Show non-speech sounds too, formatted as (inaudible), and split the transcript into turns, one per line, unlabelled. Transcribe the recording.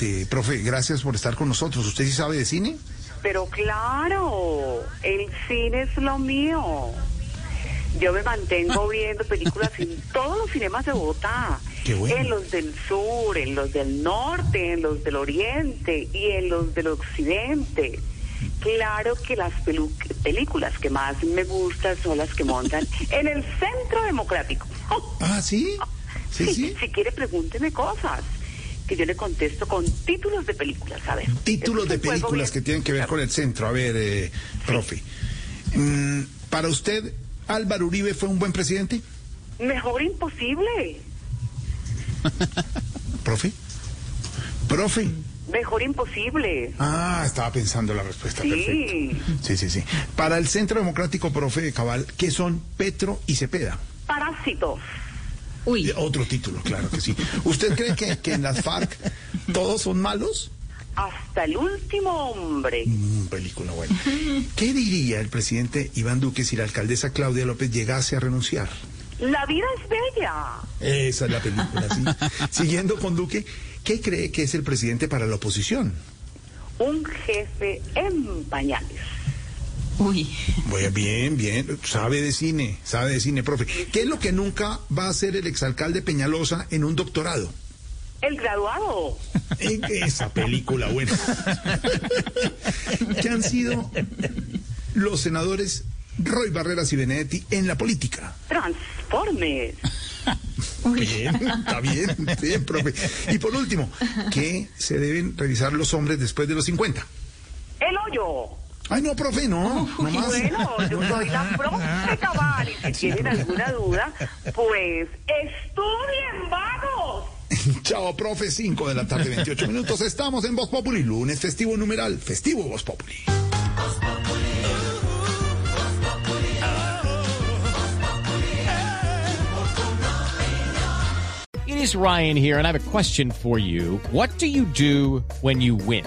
Eh, profe, gracias por estar con nosotros. ¿Usted sí sabe de cine?
Pero claro, el cine es lo mío. Yo me
Ah.
mantengo viendo películas
(laughs)
en todos los cinemas de Bogotá.
Qué bueno.
En los del sur, en los del norte, en los del oriente y en los del occidente. Claro que las pelu- películas que más me gustan son las
(laughs)
que montan en el centro democrático.
Ah, sí. Sí, sí.
Si quiere, pregúnteme cosas que yo le contesto con títulos de películas. A ver.
Títulos de
Este es un juego
películas que
bien-
tienen que ver con el centro. A ver, eh, profe. Mm, Para usted, Álvaro Uribe fue un buen presidente,
Mejor imposible.
profe. Profe.
Mejor imposible.
Ah, estaba pensando la respuesta.
Sí.
Perfecto. Sí, sí, sí. Para el Centro Democrático, profe Cabal, ¿qué son Petro y Cepeda?
Parásitos.
Eh, Otro título, claro que sí. ¿Usted cree que, que en las FARC todos son malos?
Hasta el último hombre.
Mm, película buena. ¿Qué diría el presidente Iván Duque si la alcaldesa Claudia López llegase a renunciar?
La vida es bella.
Esa es la película, sí. Siguiendo con Duque, ¿qué cree que es el presidente para la oposición?
Un jefe en pañales.
Uy.
Bueno, bien, bien. Sabe de cine, sabe de cine, profe. ¿Qué es lo que nunca va a hacer el exalcalde Peñalosa en un doctorado?
El graduado.
En esa película buena. ¿Qué han sido los senadores Roy Barreras y Benedetti en la política?
Transformes.
Bien, está bien, bien, profe. Y por último, ¿qué se deben revisar los hombres después de los 50?
El hoyo.
Ay, no, profe, no. no más.
Bueno, yo soy la profe cabal. Y si tienen alguna duda, pues estudien vagos.
(laughs) Chao, profe, 5 de la tarde, 28 minutos. Estamos en Voz Populi, lunes festivo numeral, festivo Voz Populi.
It is Ryan here, and I have a question for you. What do you do when you win?